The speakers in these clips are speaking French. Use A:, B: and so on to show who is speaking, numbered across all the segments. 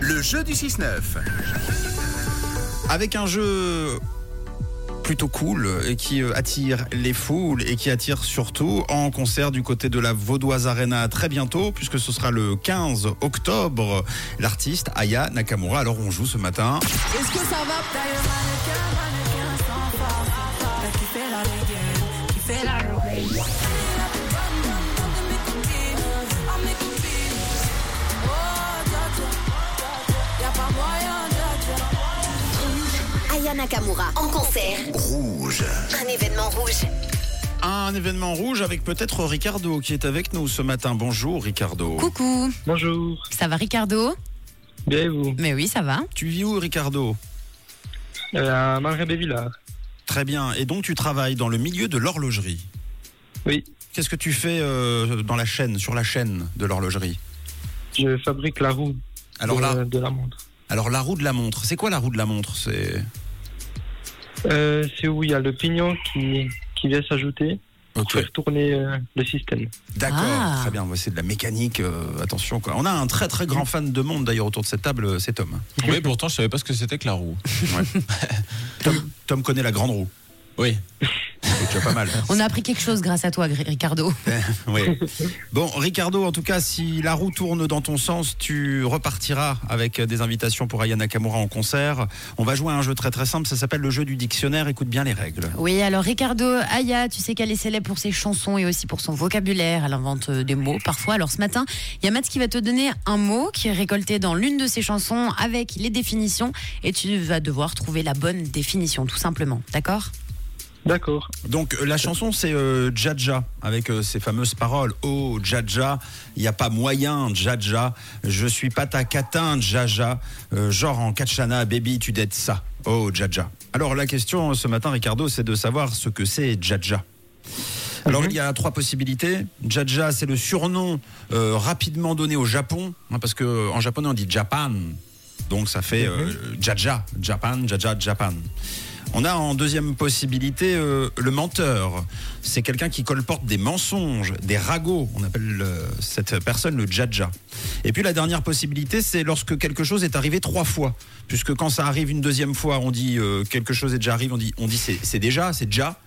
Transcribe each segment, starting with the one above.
A: Le jeu du 6-9.
B: Avec un jeu plutôt cool et qui euh, attire les foules et qui attire surtout en concert du côté de la Vaudoise Arena très bientôt puisque ce sera le 15 octobre l'artiste Aya Nakamura alors on joue ce matin
C: Est-ce que ça va D'ailleurs, mannequin, mannequin, sans force. T'as kiffé la rengaine, kiffé la rengaine. Y'a pas moyen, Jaja.
D: Aya Nakamura en concert.
A: Rouge.
D: Un événement rouge.
B: un événement rouge avec peut-être Ricardo qui est avec nous ce matin bonjour Ricardo
E: Coucou,
F: Bonjour,
E: ça va Ricardo
F: bien et vous
E: Mais oui, ça va.
B: tu vis où Ricardo
F: euh, À Malrébé-Villard.
B: très bien et donc tu travailles dans le milieu de l'horlogerie
F: Oui,
B: qu'est-ce que tu fais euh, dans la chaîne sur la chaîne de l'horlogerie
F: je fabrique la roue
B: alors
F: de,
B: là
F: de la montre.
B: alors la roue de la montre c'est quoi la roue de la montre c'est
F: Euh, c'est où il y a le pignon qui, qui vient s'ajouter pour
B: Ok.
F: faire tourner euh, le système.
B: D'accord,
E: Ah.
B: très bien. Voici de la mécanique. euh, attention, quoi. On a un très très grand fan de monde d'ailleurs autour de cette table, euh, c'est Tom.
G: Oui, pourtant, je savais pas ce que c'était que la roue.
B: Tom. Tom connaît la grande roue.
G: Oui.
B: C'est déjà pas mal.
E: On a appris quelque chose grâce à toi, Gr- Ricardo.
B: Oui. Bon, Ricardo, en tout cas, si la roue tourne dans ton sens, tu repartiras avec euh, des invitations pour Ayana Nakamura en concert. On va jouer à un jeu très très simple. Ça s'appelle le jeu du dictionnaire. Écoute bien les règles.
E: Oui, alors Ricardo, Aya, tu sais qu'elle est célèbre pour ses chansons et aussi pour son vocabulaire. Elle invente euh, des mots parfois. Alors ce matin, il y a Matt qui va te donner un mot qui est récolté dans l'une de ses chansons avec les définitions et tu vas devoir trouver la bonne définition, tout simplement. D'accord
F: D'accord.
B: Donc euh, la chanson c'est euh, Jaja avec euh, ces fameuses paroles Oh Jaja, il n'y a pas moyen Jaja, je suis pas ta catin Jaja, Euh, genre en Katchana baby tu dettes ça. Oh Jaja. Alors la question euh, ce matin Ricardo c'est de savoir ce que c'est Jaja. Alors il y a trois possibilités. Jaja c'est le surnom euh, rapidement donné au Japon hein, parce que euh, en japonais on dit Japan. Donc ça fait euh, Jaja, Japan, Jaja, Japan. On a en deuxième possibilité euh, le menteur. C'est quelqu'un qui colporte des mensonges, des ragots. On appelle euh, cette personne le jaja. Et puis la dernière possibilité, c'est lorsque quelque chose est arrivé trois fois. Puisque quand ça arrive une deuxième fois, on dit euh, quelque chose est déjà arrivé, on dit, on dit c'est c'est déjà, c'est déjà.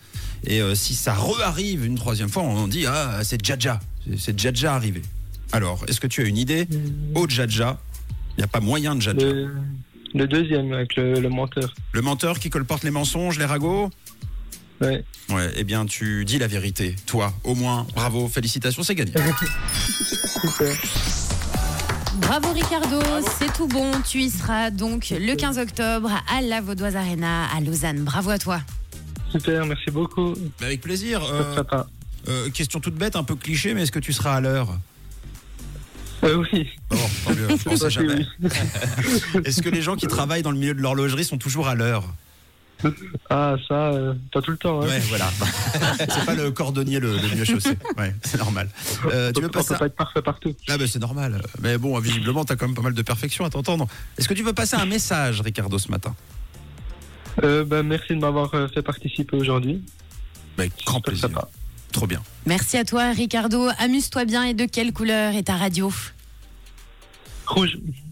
B: Et euh, si ça re-arrive une troisième fois, on dit ah, c'est jaja, C'est- c'est jaja arrivé. Alors, est-ce que tu as une idée au jaja Il n'y a pas moyen de jaja.
F: Le, le deuxième avec le, le menteur.
B: Le menteur qui colporte les mensonges, les ragots
F: Ouais.
B: Ouais, eh bien, tu dis la vérité. Toi, au moins, bravo, félicitations, c'est gagné.
F: Super.
E: Bravo Ricardo, c'est tout bon. Tu y seras donc le 15 octobre à la Vaudoise Arena à Lausanne. Bravo à toi.
F: Super, merci beaucoup.
B: Mais avec plaisir.
F: Votre
B: Euh,
F: papa.
B: euh, question toute bête, un peu cliché, mais est-ce que tu seras à l'heure
F: Euh, oui,
B: Bon, tant mieux, on sait
F: Parce que
B: jamais.
F: oui.
B: Est-ce que les gens qui travaillent dans le milieu de l'horlogerie sont toujours à l'heure
F: Ah, ça, euh, pas tout le temps. hein.
B: Ouais, voilà. c'est pas le cordonnier le, le mieux chaussé. Ouais, c'est normal. Euh, tu
F: on
B: veux
F: peut, on
B: passer
F: peut
B: un-
F: pas être parfait partout.
B: Ah ben c'est normal. Mais bon, visiblement, t'as quand même pas mal de perfection à t'entendre. Est-ce que tu veux passer un message, Ricardo, ce matin
F: Euh, ben, merci de m'avoir euh, fait participer aujourd'hui.
B: Avec grand
F: Super
B: plaisir.
F: sympa.
B: Trop bien.
E: Merci à toi Ricardo. Amuse-toi bien et de quelle couleur est ta radio
F: Rouge.